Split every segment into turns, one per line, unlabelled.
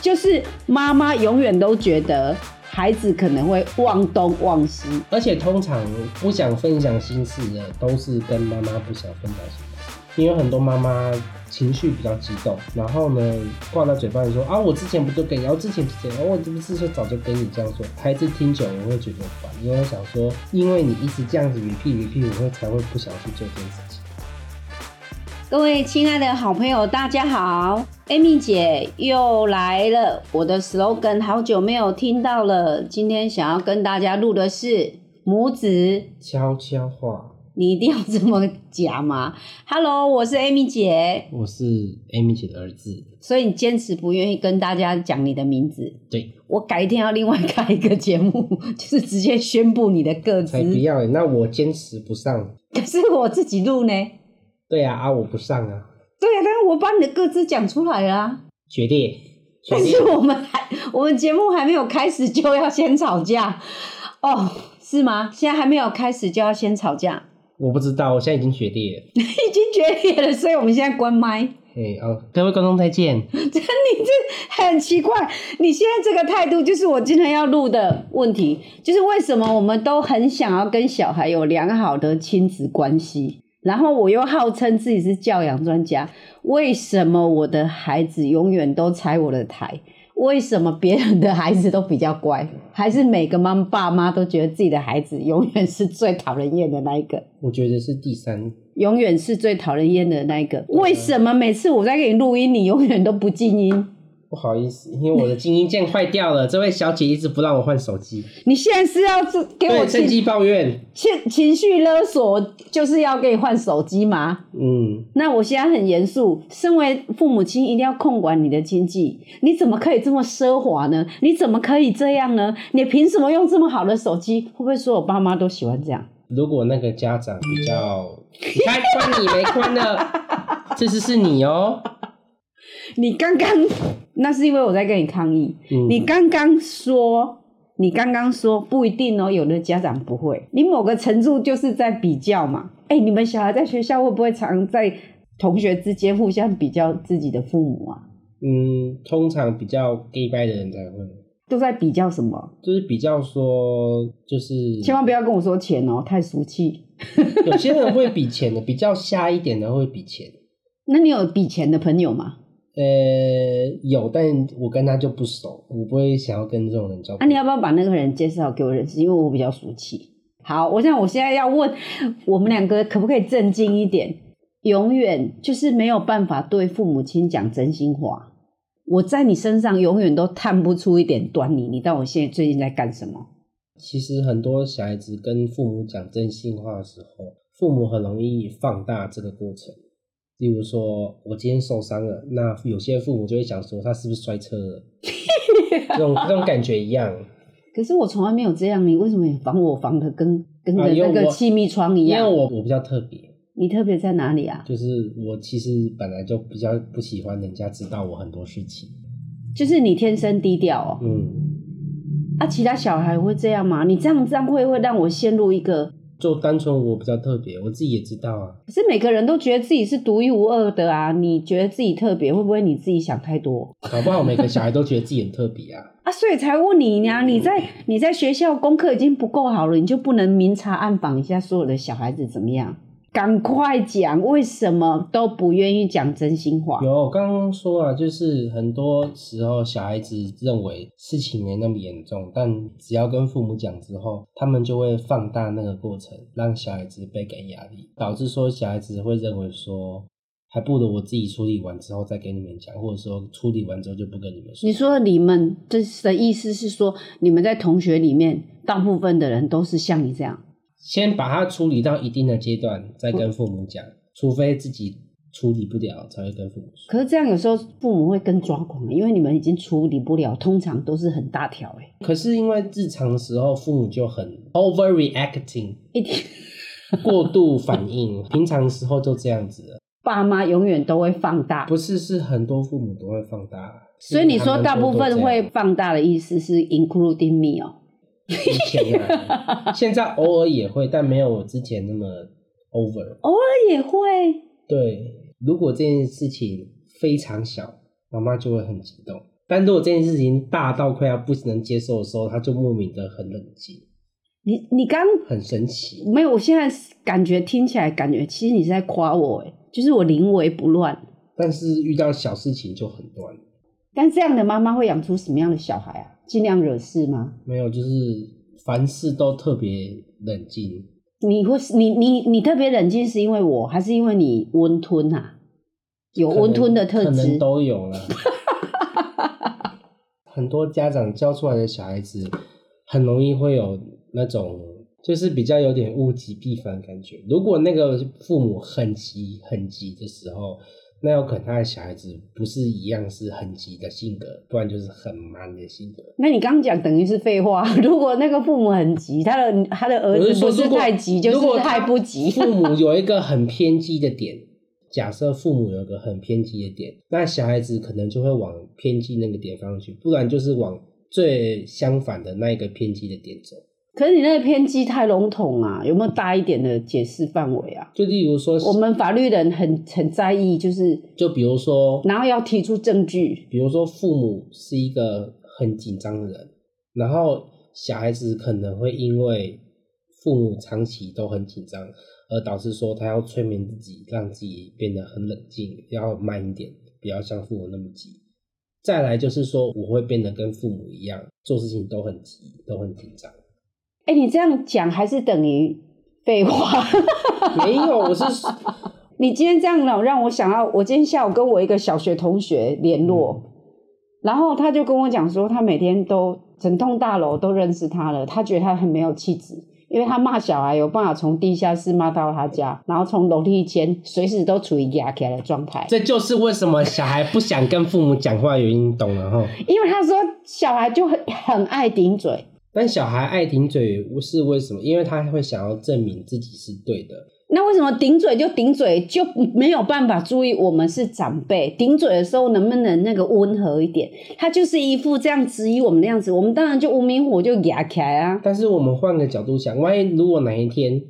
就是妈妈永远都觉得孩子可能会忘东忘西，
而且通常不想分享心事的，都是跟妈妈不想分享心事，因为很多妈妈情绪比较激动，然后呢挂在嘴巴里说啊，我之前不就跟你，然、后之前之前，然、后我这不是说早就跟你这样说，孩子听久了会觉得烦，因为想说，因为你一直这样子 repeat repeat，我会才会不想去做这件事情。
各位亲爱的好朋友，大家好，Amy 姐又来了。我的 slogan 好久没有听到了，今天想要跟大家录的是母子，
悄悄话，
你一定要这么讲吗？Hello，我 是 Amy 姐，
我是 Amy 姐的儿子，
所以你坚持不愿意跟大家讲你的名字，
对，啊
我改天要另外开一个节目，就是直接宣布你的个
才不
子。
要、欸，那我坚持不上，
可是我自己录呢，
对啊，啊我不上啊，
对啊，但是我把你的个子讲出来了、啊。
决裂，决
但
裂
是。我们还，我们节目还没有开始就要先吵架，哦，是吗？现在还没有开始就要先吵架，
我不知道，我现在已经决裂了。
已经决裂了，所以我们现在关麦。
嘿，哦，各位观众再见。
真的你这 很奇怪，你现在这个态度就是我今天要录的问题，就是为什么我们都很想要跟小孩有良好的亲子关系，然后我又号称自己是教养专家，为什么我的孩子永远都踩我的台？为什么别人的孩子都比较乖，还是每个妈爸妈都觉得自己的孩子永远是最讨人厌的那一个？
我觉得是第三，
永远是最讨人厌的那一个。为什么每次我在给你录音，你永远都不静音？
不好意思，因为我的静音键坏掉了。这位小姐一直不让我换手机，
你现在是要是给我
对，趁
情
机抱怨。
情情绪勒索，就是要给你换手机吗？
嗯，
那我现在很严肃，身为父母亲一定要控管你的经济，你怎么可以这么奢华呢？你怎么可以这样呢？你凭什么用这么好的手机？会不会说我爸妈都喜欢这样？
如果那个家长比较，你看关你没关了， 这次是你哦、
你刚刚那是因为我在跟你抗议，
嗯
你刚刚说。你刚刚说不一定哦，有的家长不会，你某个程度就是在比较嘛。哎，你们小孩在学校会不会常在同学之间互相比较自己的父母啊？
嗯，通常比较 gay 拜的人才会，
都在比较什么？
就是比较说，就是
千万不要跟我说钱哦，太俗气。
有些人会比钱的，比较瞎一点的会比钱。
那你有比钱的朋友吗？
呃，有，但我跟他就不熟，我不会想要跟这种人交
啊，
朋
你
友。
要不要把那个人介绍给我认识？因为我比较俗气。好，我想我现在要问我们两个可不可以正经一点？永远就是没有办法对父母亲讲真心话。我在你身上永远都探不出一点端倪，你到我现在最近在干什么？
其实很多小孩子跟父母讲真心话的时候，父母很容易放大这个过程。例如说，我今天受伤了，那有些父母就会想说，他是不是摔车了？这种这种感觉一样，
可是我从来没有这样，你为什么也防我防的跟跟
啊
个
因为
那个
我
气密窗一
因为
样？
我我比较特别，
你特别在哪里啊？
就是我其实本来就比较不喜欢人家知道我很多事情。
就是你天生低调哦。
嗯，
啊，其他小孩会这样吗？你这样这样会会让我陷入一个
就单纯我比较特别，我自己也知道啊。
可是每个人都觉得自己是独一无二的啊，你觉得自己特别，会不会你自己想太多
搞不好每个小孩都觉得自己很特别啊。
啊？所以才问你呀、你在你在学校功课已经不够好了，你就不能明察暗访一下所有的小孩子怎么样？赶快讲，为什么都不愿意讲真心话？
有，我刚刚说啊，就是很多时候小孩子认为事情没那么严重，但只要跟父母讲之后，他们就会放大那个过程，让小孩子倍感压力，导致说小孩子会认为说，还不如我自己处理完之后再跟你们讲，或者说处理完之后就不跟你们说。
你说你们这的意思是说，你们在同学里面，大部分的人都是像你这样，
先把它处理到一定的阶段，再跟父母讲，除非自己处理不了，才会跟父母说。
可是这样有时候父母会更抓狂，因为你们已经处理不了，通常都是很大条哎、
可是因为日常的时候，父母就很 overreacting，
一定。
过度反应，平常时候就这样子了，
爸妈永远都会放大。
不是是很多父母都会放大，
所以你说大部分会放大的意思是 including me 哦，
以前 啊，现在偶尔也会，但没有我之前那么 over。
偶尔也会。
对，如果这件事情非常小，妈妈就会很激动，但如果这件事情大到快要不能接受的时候，他就莫名的很冷静，
你你刚
很神奇。
没有，我现在感觉听起来感觉，其实你是在夸我，哎，就是我临危不乱。
但是遇到小事情就很乱，
但这样的妈妈会养出什么样的小孩啊？尽量惹事吗？
没有就是凡事都特别冷静。
你会你你你特别冷静，是因为我还是因为你温吞啊？有温吞的特
可能可能
质，
都有了。 很多家长教出来的小孩子，很容易会有那种就是比较有点物极必反的感觉。如果那个父母很急很急的时候，那有可能他的小孩子不是一样是很急的性格，不然就是很慢的性格。
那你刚刚讲等于是废话。如果那个父母很急，他的他的儿
我
子
说
不是
如果
太急，就
如果
是
他
太不急。
父母有一个很偏激的点，假设父母有一个很偏激的点，那小孩子可能就会往偏激那个点方向去，不然就是往最相反的那一个偏激的点走。
可是你那个偏激太笼统啊，有没有大一点的解释范围啊？
就例如说，
我们法律人很很在意，就是
就比如说，
然后要提出证据，
比如说父母是一个很紧张的人，然后小孩子可能会因为父母长期都很紧张，而导致说他要催眠自己，让自己变得很冷静，要慢一点，不要像父母那么急。再来就是说，我会变得跟父母一样，做事情都很急，都很紧张。
哎、你这样讲还是等于废话。
没有，我是
你今天这样让让我想到，我今天下午跟我一个小学同学联络，然后他就跟我讲说，他每天都整栋大楼都认识他了，他觉得他很没有气质，因为他骂小孩有办法从地下室骂到他家，然后从楼梯间随时都处于压起来的状态。
这就是为什么小孩不想跟父母讲话的原因，懂了哈？
因为他说小孩就很很爱顶嘴，
但小孩爱顶嘴是为什么？因为他会想要证明自己是对的。
那为什么顶嘴就顶嘴就没有办法注意我们是长辈？顶嘴的时候能不能那个温和一点？他就是一副这样质疑我们的样子，我们当然就无名火就压起来啊。
但是我们换个角度想，万一如果哪一天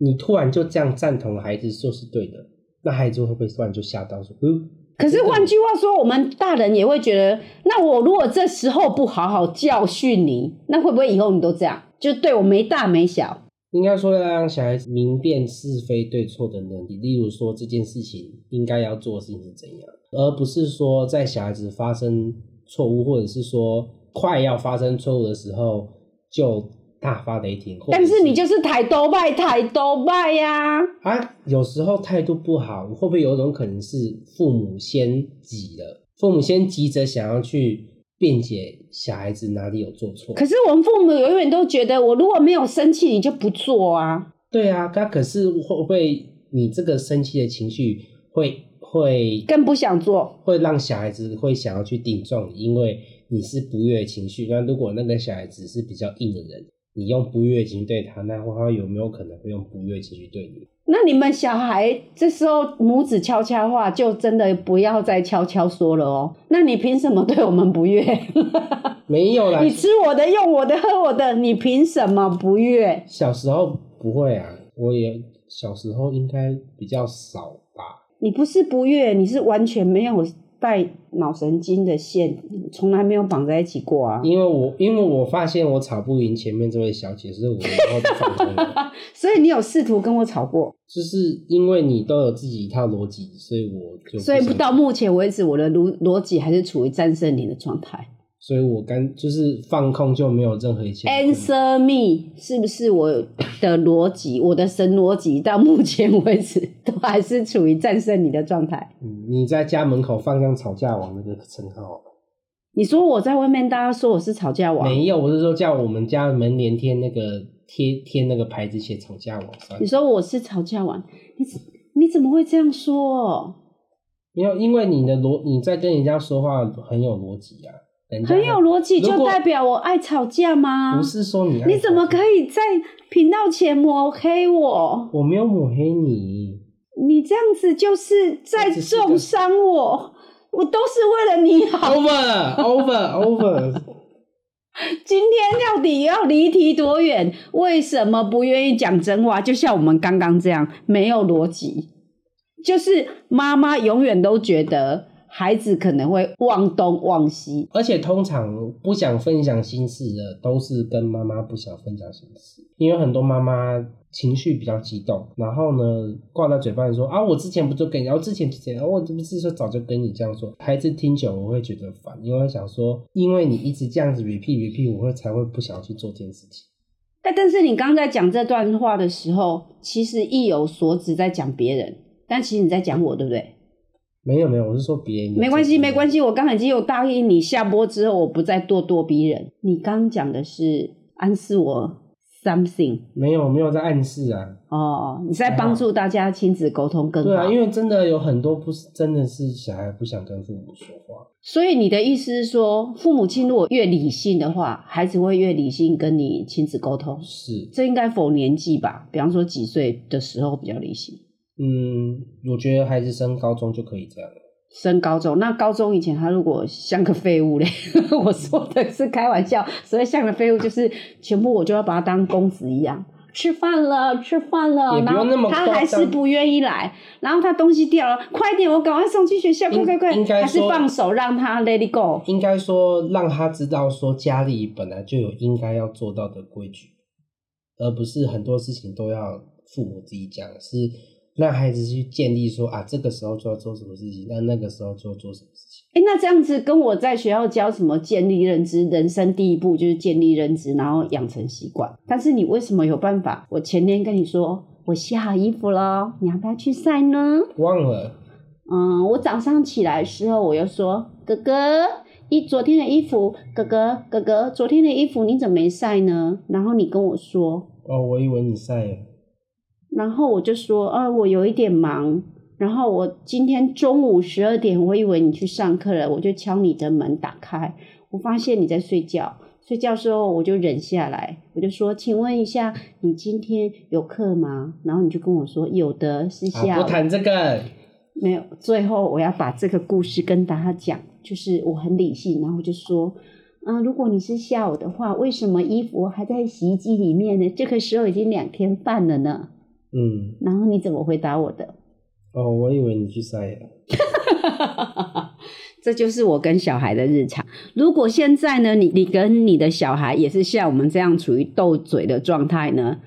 你突然就这样赞同孩子说是对的，那孩子会不会突然就吓到说，嗯，
可是换句话说，我们大人也会觉得，那我如果这时候不好好教训你，那会不会以后你都这样，就对我没大没小？
应该说要让小孩子明辨是非对错的能力，例如说这件事情应该要做的事情是怎样，而不是说在小孩子发生错误，或者是说快要发生错误的时候就大发雷霆。或者
但是你就是抬头拜抬头拜呀、
啊，有时候态度不好，会不会有一种可能是父母先急了？父母先急着想要去辩解小孩子哪里有做错？
可是我们父母永远都觉得，我如果没有生气，你就不做啊。
对啊，那可是会不会你这个生气的情绪会会
更不想做，
会让小孩子会想要去顶撞你，因为你是不悦的情绪。那如果那个小孩子是比较硬的人，你用不悦的情绪对他，那他有没有可能会用不悦的情绪对你？
那你们小孩这时候母子悄悄话，就真的不要再悄悄说了哦。那你凭什么对我们不悦？
没有啦
你，吃我的，用我的，喝我的，你凭什么不悦？
小时候不会啊，我也小时候应该比较少吧。
你不是不悦，你是完全没有带脑神经的线，从来没有绑在一起过啊。
因为我因为我发现我吵不赢前面这位小姐，所以我以后就放空 了。
所以你有试图跟我吵过，
就是因为你都有自己一套逻辑，所以我就
所以
不想
到目前为止，我的逻逻辑还是处于战胜你的状态。
所以我干就是放空就没有任何一切。
Answer me，是不是我的逻辑，我的神逻辑到目前为止都还是处于战胜你的状态？
嗯你在家门口放上吵架王那个称号，
你说我在外面，大家说我是吵架王，
没有，我是说叫我们家门帘贴那个贴贴那个牌子写吵架王算了
你说我是吵架王，你怎你怎么会这样说？
没有，因为你的逻你在跟人家说话很有逻辑啊，人家
很有逻辑，
如
就
果
代表我爱吵架吗
不？是说啊你爱
你怎么可
以？
以在频道前抹黑我？
我没有抹黑你，
你这样子就是在
只是个
重伤我，我都是为了你好。
over over over，
今天到底要离题多远？为什么不愿意讲真话？就像我们刚刚这样，没有逻辑。就是妈妈永远都觉得孩子可能会忘东忘西。
而且通常不想分享心事的，都是跟妈妈不想分享心事，因为很多妈妈情绪比较激动，然后呢挂在嘴巴里说啊，我之前不就跟你，然后之前之前，啊我不是说早就跟你这样说。孩子听久了我会觉得烦，因为我想说，因为你一直这样子 repeat repeat，我会才会不想去做这件事情。
但但是你刚在讲这段话的时候，其实意有所指在讲别人，但其实你在讲我，对不对？
没有没嗯有，我是说别人。
没关系，没
系。
关系。我刚才已经有答应你，下播之后我不再咄咄逼人。你刚讲的是暗示我 something
没有没有在暗示啊，
哦，你在帮助大家亲子沟通更好。
嗯对啊，因为真的有很多不是真的是小孩不想跟父母说话，
所以你的意思是说，父母亲如果越理性的话，孩子会越理性跟你亲子沟通。
是，
这应该否年纪吧？比方说几岁的时候比较理性，
嗯，我觉得孩子升高中就可以这样了，
升高中。那高中以前他如果像个废物嘞， 我说的是开玩笑，所以像个废物就是全部我就要把他当公子一样。吃饭了，吃饭了，
也不
然后
用那么
他
夸张
还是不愿意来，然后他东西掉了，快点，我赶快送去学校，快
应
快快，
应该
还是
说
放手让他 let it go。
应该说让他知道说家里本来就有应该要做到的规矩，而不是很多事情都要父母自己讲，是让孩子去建立说啊这个时候就要做什么事情，那那个时候就要做什么事情，
哎，那这样子跟我在学校教什么建立认知，人生第一步就是建立认知，然后养成习惯。但是你为什么有办法？我前天跟你说我洗好衣服了，你要不要去晒呢？
忘了。
嗯，我早上起来的时候我又说哥哥，你昨天的衣服，哥哥哥哥，昨天的衣服你怎么没晒呢？然后你跟我说，
哦，我以为你晒了，
然后我就说，呃，我有一点忙。然后我今天中午十二点，我以为你去上课了，我就敲你的门，打开，我发现你在睡觉。睡觉时候我就忍下来，我就说：“请问一下，你今天有课吗？”然后你就跟我说：“有的，是下
啊，
午。
不谈这个，
没有，最后我要把这个故事跟大家讲，就是我很理性，然后我就说，嗯，如果你是下午的话，为什么衣服还在洗衣机里面呢？这个时候已经两天半了呢。
嗯，
然后你怎么回答我的？
哦，我以为你去晒了。
这就是我跟小孩的日常。如果现在呢，你你跟你的小孩也是像我们这样处于斗嘴的状态呢，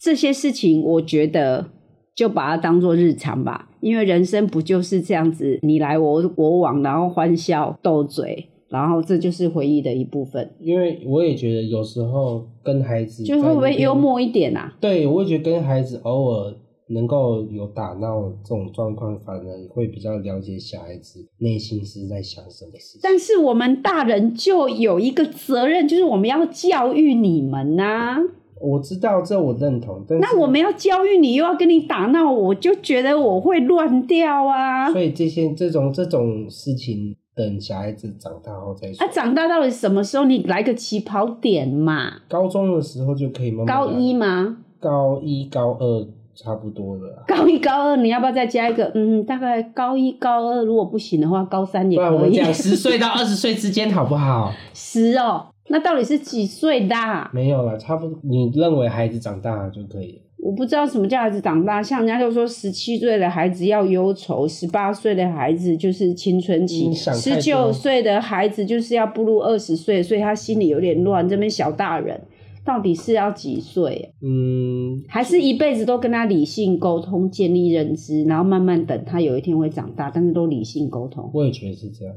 这些事情我觉得就把它当做日常吧，因为人生不就是这样子，你来我我往，然后欢笑斗嘴，然后这就是回忆的一部分。
因为我也觉得有时候跟孩子
就会不会幽？默一点啊？
对，我也觉得跟孩子偶尔能够有打闹这种状况，反而会比较了解小孩子内心是在想什么事情。
但是我们大人就有一个责任，就是我们要教育你们呐、
我知道这我认同，但是
那我们要教育你，又要跟你打闹，我就觉得我会乱掉啊！
所以这些这种这种事情，等小孩子长大后再说。
啊，长大到底什么时候？你来个起跑点嘛？
高中的时候就可以慢慢
高
来
一、吗？
高一、高二差不多了啊。
高一、高二，你要不要再加一个？嗯，大概高一、高二，如果不行的话，高三也
不然我
可
们
以
讲。十岁到二十岁之间好不好？
十哦，那到底是几岁的啊？
没有了，差不多。你认为孩子长大了就可以了。
我不知道什么叫孩子长大，像人家就说十七岁的孩子要忧愁，十八岁的孩子就是青春期，
嗯想
十
太
九
多
岁的孩子就是要步入二十岁，所以他心里有点乱。这边小大人到底是要几岁？
嗯，
还是一辈子都跟他理性沟通，建立认知，然后慢慢等他有一天会长大，但是都理性沟通，
我也觉得是这样，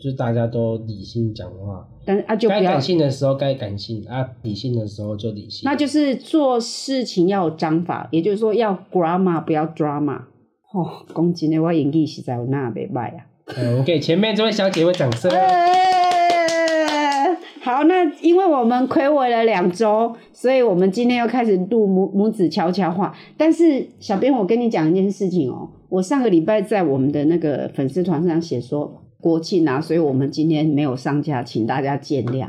就是大家都理性讲话，
但是啊就
该
不要
感，性的时候该感性啊，理性的时候就理性。
那就是做事情要有章法，也就是说要 grammar 不要 drama。哦，讲真的，我演技实在有那袂歹啊。
嗯，我们给前面这位小姐姐掌声。
呃好，那因为我们亏违了两周，所以我们今天又开始录母母子悄悄话。但是小编，我跟你讲一件事情哦，我上个礼拜在我们的那个粉丝团上写说国庆啊，所以我们今天没有上架，请大家见谅。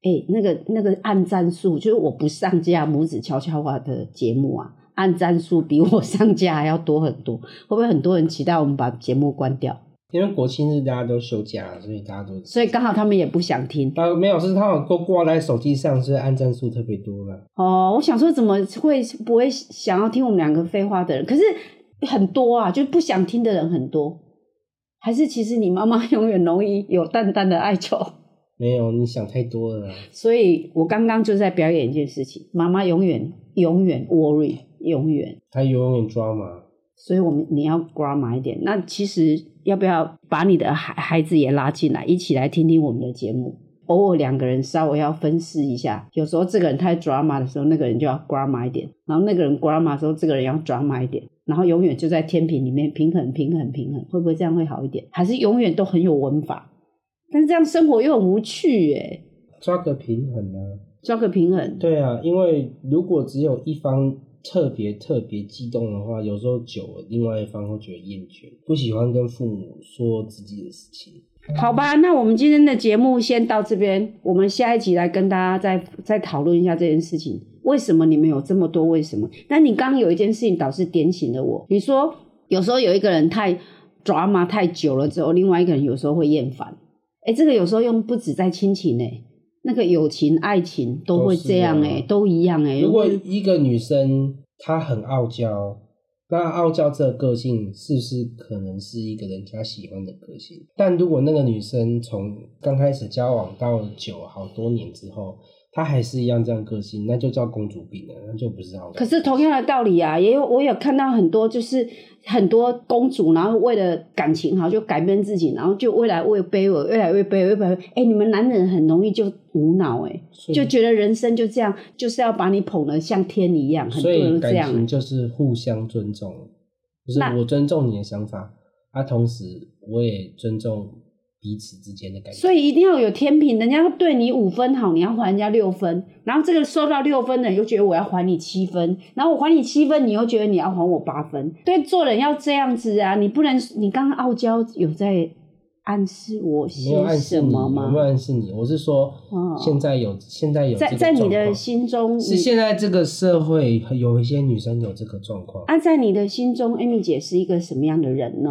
哎、那个那个按赞数，就是我不上架母子悄悄话的节目啊，按赞数比我上架还要多很多，会不会很多人期待我们把节目关掉？
因为国庆日大家都休假，所以大家都，
所以刚好他们也不想听。
啊没有是他们都挂在手机上，所以按赞数特别多了。
哦，我想说怎么会不会想要听我们两个废话的人？可是很多啊，就是不想听的人很多。还是其实你妈 妈永远容易有淡淡的哀愁？
没有，你想太多了啦。
所以我刚刚就在表演一件事情，妈妈永远永远 worry，永远。
他永远抓嘛，
所以我们你要 grammar 一点。那其实要不要把你的孩孩子也拉进来，一起来听听我们的节目？偶尔两个人稍微要分饰一下，有时候这个人太 drama 的时候，那个人就要 grammar 一点；然后那个人 grammar 的时候，这个人要 drama 一点。然后永远就在天平里面平衡、平衡、平衡，会不会这样会好一点？还是永远都很有文法？但是这样生活又很无趣耶、
抓个平衡啊。
抓个平衡。
对啊，因为如果只有一方特别特别激动的话，有时候久了，另外一方会觉得厌倦，不喜欢跟父母说自己的事情。
好吧，那我们今天的节目先到这边，我们下一集来跟大家再再讨论一下这件事情。为什么你们有这么多为什么？那你刚刚有一件事情倒是点醒了我，你说有时候有一个人太 drama 太久了之后，另外一个人有时候会厌烦。哎、这个有时候用不止在亲情哎、那个友情、爱情都会这样哎、都一样哎、
啊如果一个女生她很傲娇，那傲娇这个个性是不是可能是一个人家喜欢的个性？但如果那个女生从刚开始交往到久好多年之后，她还是一样这样个性，那就叫公主病了，那就不是傲娇。
可是同样的道理啊，也有我有看到很多就是很多公主，然后为了感情好就改变自己，然后就未来越卑微，越来越卑微，越来越卑微。哎、你们男人很容易就无脑哎、
所以
就觉得人生就这样，就是要把你捧得像天一样，很多
所
人这
以感
样、
情就是互相尊重，就是
那
我尊重你的想法，啊，同时我也尊重彼此之间的感情。
所以一定要有天平，人家对你五分好，你要还人家六分，然后这个收到六分的人又觉得我要还你七分，然后我还你七分，你又觉得你要还我八分。对，做人要这样子啊，你不能，你刚刚傲娇有在暗示我
没有
些
暗示
什
你，
么
我没有
吗？
暗示你，我是说
哦
现在有现在有
在
这个
在你
状
的
况
心中，
是
你
现在这个社会有一些女生有这个状况，
啊，在你的心中，Amy 姐是一个什么样的人呢？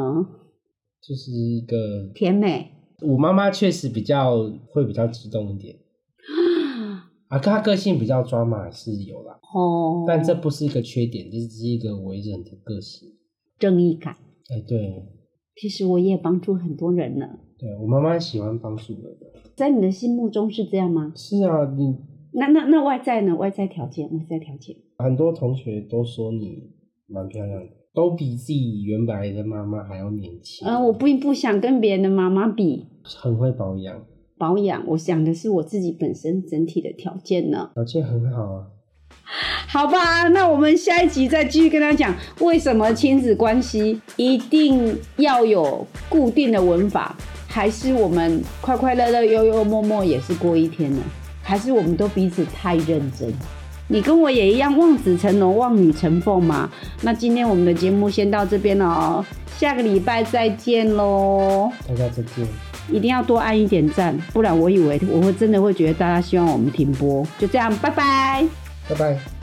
就是一个
甜美，
我妈妈确实比较会比较激动一 点啊，她个性比较抓马是有啦，
哦，
但这不是一个缺点，这只是一个为人的个性。
正义感，
哎，对，
其实我也帮助很多人呢，
对我妈妈喜欢帮助人。
在你的心目中是这样吗？
是啊，你
那那那外在呢？外在条件，外在条件，
很多同学都说你蛮漂亮的，都比自己原来的妈妈还要年轻。
嗯、我并不想跟别人的妈妈比
很会保养，
保养，我想的是我自己本身整体的条件呢。
条件很好啊。
好吧，那我们下一集再继续跟他讲为什么亲子关系一定要有固定的文法，还是我们快快乐乐、悠悠默默也是过一天呢？还是我们都彼此太认真？你跟我也一样望子成龙、望女成凤吗？那今天我们的节目先到这边了哦，下个礼拜再见喽！
大家再见，
一定要多按一点赞，不然我以为我会真的会觉得大家希望我们停播。就这样，拜拜。
拜拜。